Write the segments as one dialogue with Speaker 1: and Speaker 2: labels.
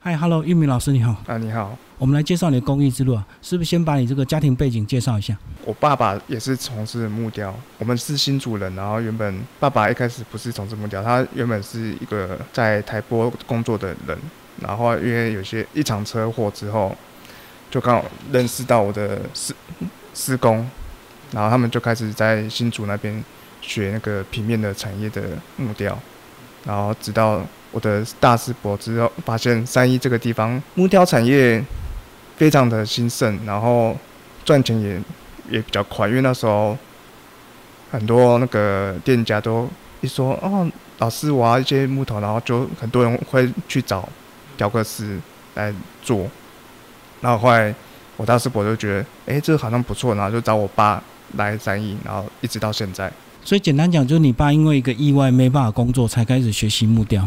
Speaker 1: 嗨，Hello，玉米老师你好，
Speaker 2: 啊，你好，
Speaker 1: 我们来介绍你的公益之路啊，是不是先把你这个家庭背景介绍一下？
Speaker 2: 我爸爸也是从事木雕，我们是新主人，然后原本爸爸一开始不是从事木雕，他原本是一个在台玻工作的人，然后因为有些一场车祸之后，就刚好认识到我的师师公，然后他们就开始在新竹那边学那个平面的产业的木雕，然后直到我的大师伯之后，发现三一这个地方木雕产业非常的兴盛，然后赚钱也也比较快，因为那时候很多那个店家都一说哦，老师我要一些木头，然后就很多人会去找雕刻师来做，然后后来我大师伯就觉得，诶，这好像不错，然后就找我爸来三一，然后一直到现在。
Speaker 1: 所以简单讲，就是你爸因为一个意外没办法工作，才开始学习木雕，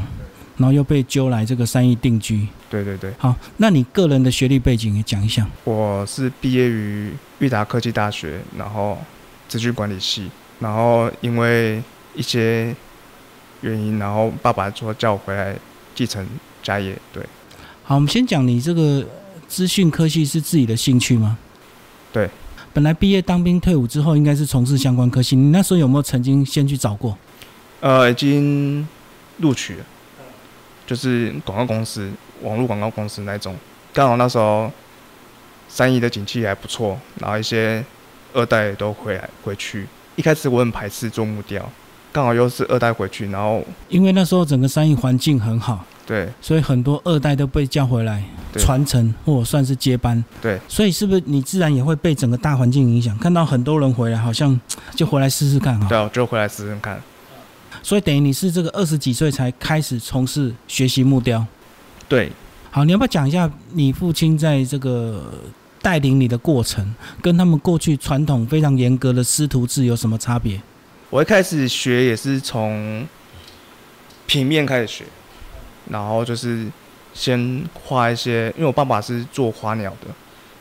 Speaker 1: 然后又被揪来这个三义定居。
Speaker 2: 对对对，
Speaker 1: 好，那你个人的学历背景也讲一下。
Speaker 2: 我是毕业于裕达科技大学，然后资讯管理系，然后因为一些原因，然后爸爸说叫我回来继承家业。对
Speaker 1: 好，我们先讲你这个资讯科系是自己的兴趣吗？
Speaker 2: 对。
Speaker 1: 本来毕业当兵退伍之后，应该是从事相关科系。你那时候有没有曾经先去找过？
Speaker 2: 呃，已经录取了，就是广告公司、网络广告公司那种。刚好那时候三一的景气还不错，然后一些二代都回来回去。一开始我很排斥做木雕，刚好又是二代回去，然后
Speaker 1: 因为那时候整个三义环境很好，
Speaker 2: 对
Speaker 1: 所以很多二代都被叫回来
Speaker 2: 对
Speaker 1: 传承，或者算是接班。
Speaker 2: 对，
Speaker 1: 所以是不是你自然也会被整个大环境影响？看到很多人回来，好像就回来试试看哈。
Speaker 2: 对，我就回来试试看。
Speaker 1: 所以等于你是这个二十几岁才开始从事学习木雕。
Speaker 2: 对，
Speaker 1: 好，你要不要讲一下你父亲在这个带领你的过程，跟他们过去传统非常严格的师徒制有什么差别？
Speaker 2: 我一开始学也是从平面开始学，然后就是先画一些，因为我爸爸是做花鸟的，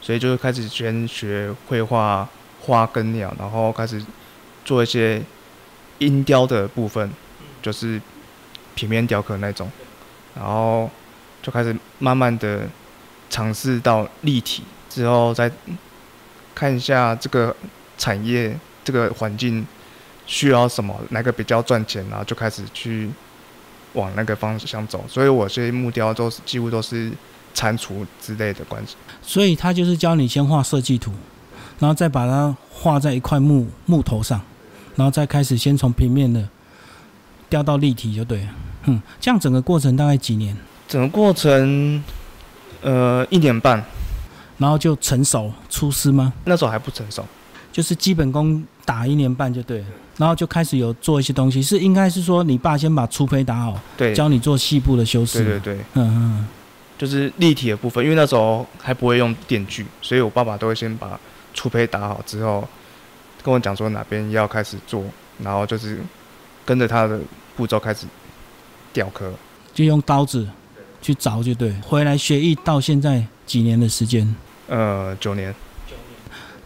Speaker 2: 所以就开始先学绘画花跟鸟，然后开始做一些音雕的部分，就是平面雕刻那种，然后就开始慢慢的尝试到立体，之后再看一下这个产业这个环境需要什么，哪个比较赚钱，然后就开始去往那个方向走。所以我这些木雕都是几乎都是蟾蜍之类的关系。
Speaker 1: 所以他就是教你先画设计图，然后再把它画在一块木木头上，然后再开始先从平面的雕到立体就对了。嗯，这样整个过程大概几年，
Speaker 2: 整个过程，呃，一年半，
Speaker 1: 然后就成熟出师吗？
Speaker 2: 那时候还不成熟。
Speaker 1: 就是基本功打一年半就对了，然后就开始有做一些东西，是应该是说你爸先把粗胚打好，
Speaker 2: 对，
Speaker 1: 教你做细部的修饰。
Speaker 2: 对对对，
Speaker 1: 嗯嗯，
Speaker 2: 就是立体的部分，因为那时候还不会用电锯，所以我爸爸都会先把粗胚打好之后，跟我讲说哪边要开始做，然后就是跟着他的步骤开始雕刻。
Speaker 1: 就用刀子去凿就对了。回来学艺到现在几年的时间，
Speaker 2: 呃，九年。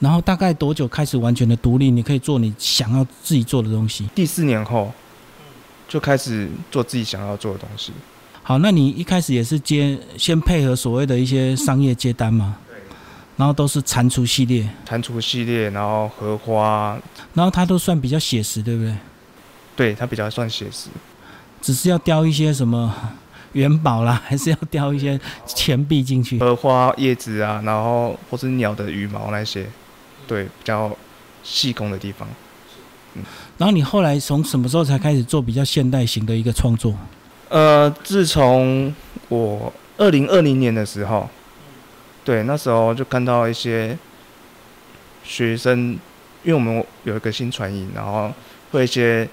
Speaker 1: 然后大概多久开始完全的独立？你可以做你想要自己做的东西。
Speaker 2: 第四年后，就开始做自己想要做的东西。
Speaker 1: 好，那你一开始也是接先配合所谓的一些商业接单嘛？然后都是蟾蜍系列，
Speaker 2: 蟾蜍系列，然后荷花，
Speaker 1: 然后它都算比较写实，对不对？
Speaker 2: 对它比较算写实。
Speaker 1: 只是要雕一些什么元宝啦， 还是要雕一些钱币进去。
Speaker 2: 荷花叶子啊，然后或是鸟的羽毛那些，对，比较细工的地方。
Speaker 1: 然后你后来从什么时候才开始做比较现代型的一个创作？
Speaker 2: 呃，自从我二零二零年的时候，对，那时候就看到一些学生，因为我们有一个新传营，然后会一些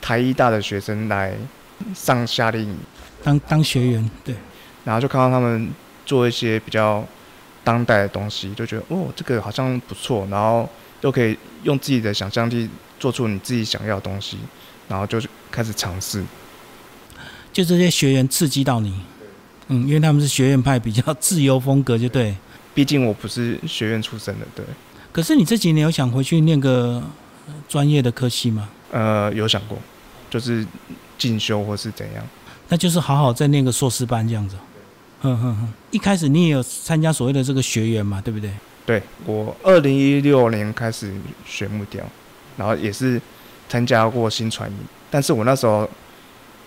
Speaker 2: 台医大的学生来上夏令营，
Speaker 1: 当当学员，对。
Speaker 2: 然后就看到他们做一些比较当代的东西，就觉得哦，这个好像不错，然后又可以用自己的想象力做出你自己想要的东西，然后就开始尝试。
Speaker 1: 就这些学员刺激到你，嗯，因为他们是学院派，比较自由风格，就对。
Speaker 2: 毕竟我不是学院出身的，对，
Speaker 1: 可是你这几年有想回去念个呃专业的科系吗？
Speaker 2: 呃，有想过，就是进修或是怎样，
Speaker 1: 那就是好好再念个硕士班这样子。嗯嗯嗯。一开始你也有参加所谓的这个学员嘛，对不对？
Speaker 2: 对我二零一六年开始学木雕，然后也是参加过新传艺，但是我那时候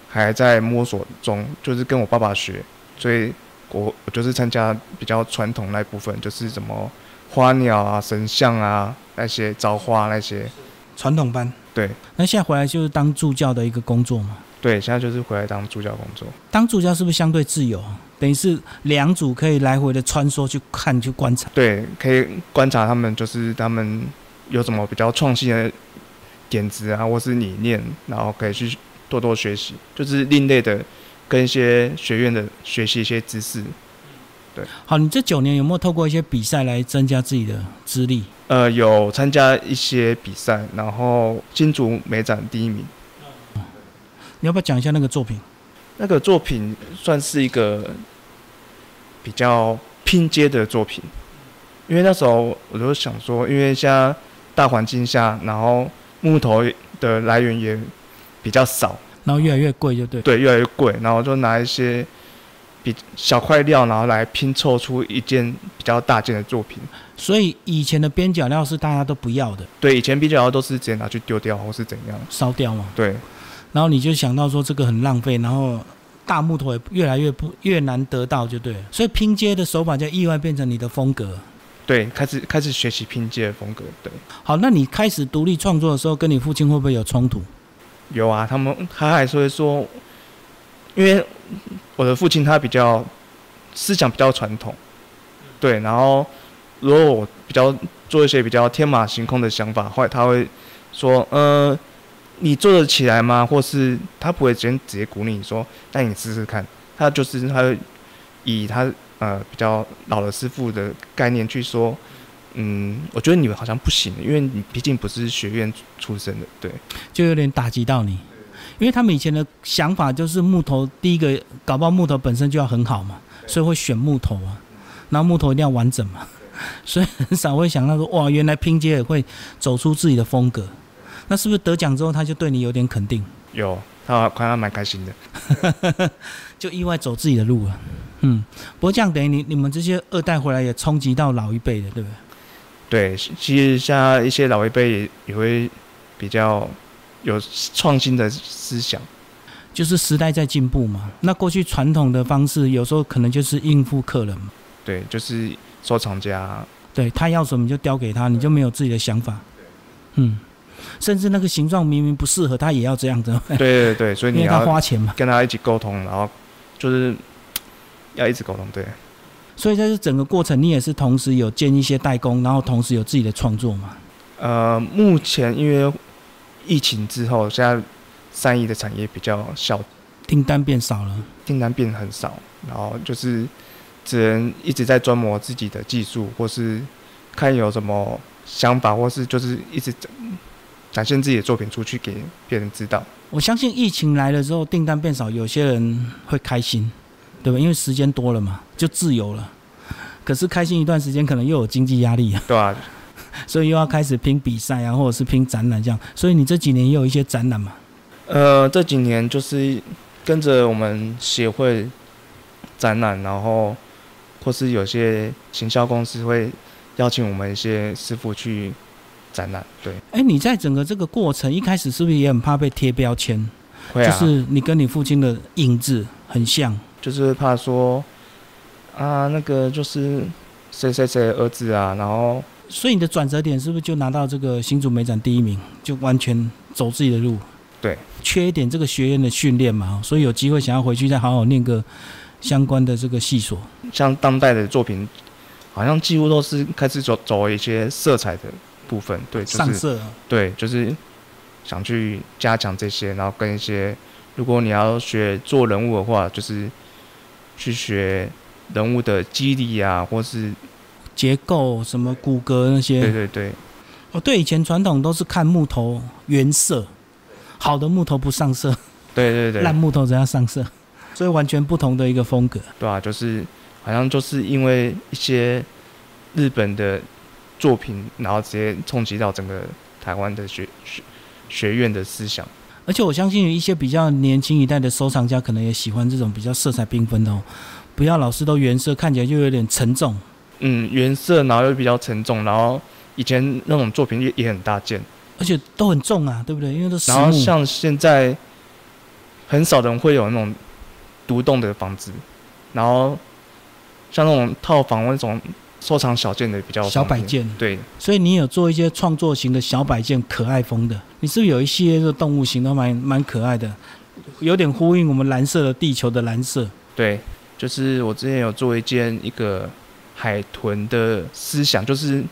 Speaker 2: 还在摸索中，就是跟我爸爸学，所以我我就是参加比较传统那一部分，就是什么花鸟啊、神像啊那些招花那些。
Speaker 1: 传统班。
Speaker 2: 对。
Speaker 1: 那现在回来就是当助教的一个工作嘛。
Speaker 2: 对，现在就是回来当助教工作。
Speaker 1: 当助教是不是相对自由啊？等于是两组可以来回的穿梭去看去观察。
Speaker 2: 对，可以观察他们，就是他们有什么比较创新的点子啊，或是理念，然后可以去多多学习，就是另类的跟一些学院的学习一些知识。
Speaker 1: 好，你这九年有没有透过一些比赛来增加自己的资历？
Speaker 2: 呃，有参加一些比赛，然后金竹美展第一名。
Speaker 1: 你要不要讲一下那个作品？
Speaker 2: 那个作品算是一个比较拼接的作品，因为那时候我就想说，因为现在大环境下，然后木头的来源也比较少，
Speaker 1: 然后越来越贵，就对。
Speaker 2: 对，越来越贵，然后就拿一些比小块料，然后来拼凑出一件比较大件的作品。
Speaker 1: 所以以前的边角料是大家都不要的，
Speaker 2: 对，以前比较都是直接拿去丢掉或是怎样，
Speaker 1: 烧掉嘛。
Speaker 2: 对，
Speaker 1: 然后你就想到说这个很浪费，然后大木头也越来越不越难得到，就对了。所以拼接的手法就意外变成你的风格。
Speaker 2: 对，开始开始学习拼接的风格，对。
Speaker 1: 好，那你开始独立创作的时候，跟你父亲会不会有冲突？
Speaker 2: 有啊，他们他还是会说，因为我的父亲他比较思想比较传统，对，然后如果我比较做一些比较天马行空的想法，后来他会说，呃，你做得起来吗？或是他不会直接直接鼓励你说，那你试试看。他就是他会以他呃比较老的师傅的概念去说，嗯，我觉得你们好像不行，因为你毕竟不是学院出身的，对。
Speaker 1: 就有点打击到你，因为他们以前的想法就是木头，第一个搞不好木头本身就要很好嘛，所以会选木头啊，然后木头一定要完整嘛，所以很少会想到说哇，原来拼接也会走出自己的风格。那是不是得奖之后他就对你有点肯定，
Speaker 2: 有，他好看，他蛮开心的。
Speaker 1: 就意外走自己的路了？嗯，不过这样等于你你们这些二代回来也冲击到老一辈的，对不对？
Speaker 2: 对，其其实像一些老一辈也也会比较有创新的思想。
Speaker 1: 就是时代在进步嘛。那过去传统的方式有时候可能就是应付客人嘛。
Speaker 2: 对，就是收藏家。
Speaker 1: 对他要什么你就雕给他，你就没有自己的想法。嗯，甚至那个形状明明不适合他，也要这样子，
Speaker 2: 对对对，所以
Speaker 1: 哎因
Speaker 2: 你
Speaker 1: 为他
Speaker 2: 要
Speaker 1: 花钱嘛。
Speaker 2: 跟他一起沟通，然后就是要一直沟通。对，
Speaker 1: 所以在这整个过程，你也是同时有兼一些代工，然后同时有自己的创作嘛。
Speaker 2: 呃，目前因为疫情之后，现在三一 E 的产业比较小，
Speaker 1: 订单变少了，
Speaker 2: 订单变得很少，然后就是只能一直在专磨自己的技术，或是看有什么想法，或是就是一直展展现自己的作品出去给别人知道。
Speaker 1: 我相信疫情来了之后，订单变少，有些人会开心，对吧？因为时间多了嘛，就自由了。可是开心一段时间，可能又有经济压力 啊，
Speaker 2: 对啊，
Speaker 1: 所以又要开始拼比赛啊，或者是拼展览这样。所以你这几年也有一些展览嘛。
Speaker 2: 呃，这几年就是跟着我们协会展览，然后或是有些行销公司会邀请我们一些师傅去展览，对，
Speaker 1: 哎，你在整个这个过程一开始是不是也很怕被贴标签？
Speaker 2: 会啊，
Speaker 1: 就是你跟你父亲的印字很像，
Speaker 2: 就是会怕说啊，那个就是谁谁谁的儿子啊，然后
Speaker 1: 所以你的转折点是不是就拿到这个新竹美展第一名，就完全走自己的路？
Speaker 2: 对，
Speaker 1: 缺一点这个学院的训练嘛，所以有机会想要回去再好好念个相关的这个系所。
Speaker 2: 像当代的作品，好像几乎都是开始走走一些色彩的部分，对，就
Speaker 1: 上
Speaker 2: 是
Speaker 1: 色啊，
Speaker 2: 对，就是想去加强这些，然后跟一些，如果你要学做人物的话，就是去学人物的肌理啊，或是
Speaker 1: 结构什么骨骼那些。
Speaker 2: 对对对
Speaker 1: 哦，对，以前传统都是看木头原色，好的木头不上色，
Speaker 2: 对对
Speaker 1: 烂
Speaker 2: 对，
Speaker 1: 木头怎样上色？所以完全不同的一个风格。
Speaker 2: 对啊，就是好像就是因为一些日本的作品，然后直接冲击到整个台湾的学学学院的思想。
Speaker 1: 而且我相信一些比较年轻一代的收藏家，可能也喜欢这种比较色彩缤纷的、哦，不要老是都原色，看起来就有点沉重。
Speaker 2: 嗯，原色然后又比较沉重，然后以前那种作品也也很大件，
Speaker 1: 而且都很重啊，对不对？因为都实
Speaker 2: 然后
Speaker 1: 木，
Speaker 2: 像现在很少人会有那种独栋的房子，然后像那种套房那种收藏小件的比较
Speaker 1: 小
Speaker 2: 方
Speaker 1: 摆
Speaker 2: 便，
Speaker 1: 件，
Speaker 2: 对，
Speaker 1: 所以你有做一些创作型的小摆件，可爱风的。你是不是有一系列的动物型都蛮蛮可爱的，有点呼应我们蓝色的地球的蓝色。
Speaker 2: 对，就是我之前有做一件一个海豚的思想，就是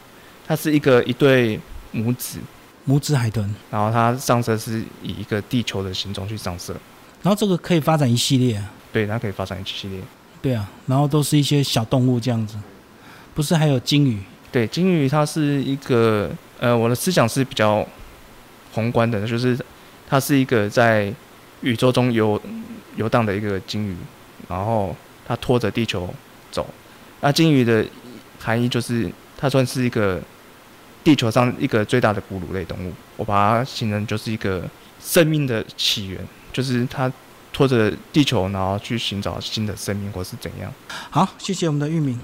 Speaker 2: 它是一个一对母子，
Speaker 1: 拇指海豚，
Speaker 2: 然后它上色是以一个地球的形状去上色，
Speaker 1: 然后这个可以发展一系列、啊，
Speaker 2: 对，它可以发展一系列。
Speaker 1: 对啊，然后都是一些小动物这样子，不是还有鲸鱼？
Speaker 2: 对，金鱼它是一个呃，我的思想是比较宏观的，就是它是一个在宇宙中游游荡的一个金鱼，然后它拖着地球走。那金鱼的含义就是它算是一个地球上一个最大的哺乳类动物，我把它形容就是一个生命的起源，就是它拖着地球，然后去寻找新的生命或是怎样。
Speaker 1: 好，谢谢我们的玉明。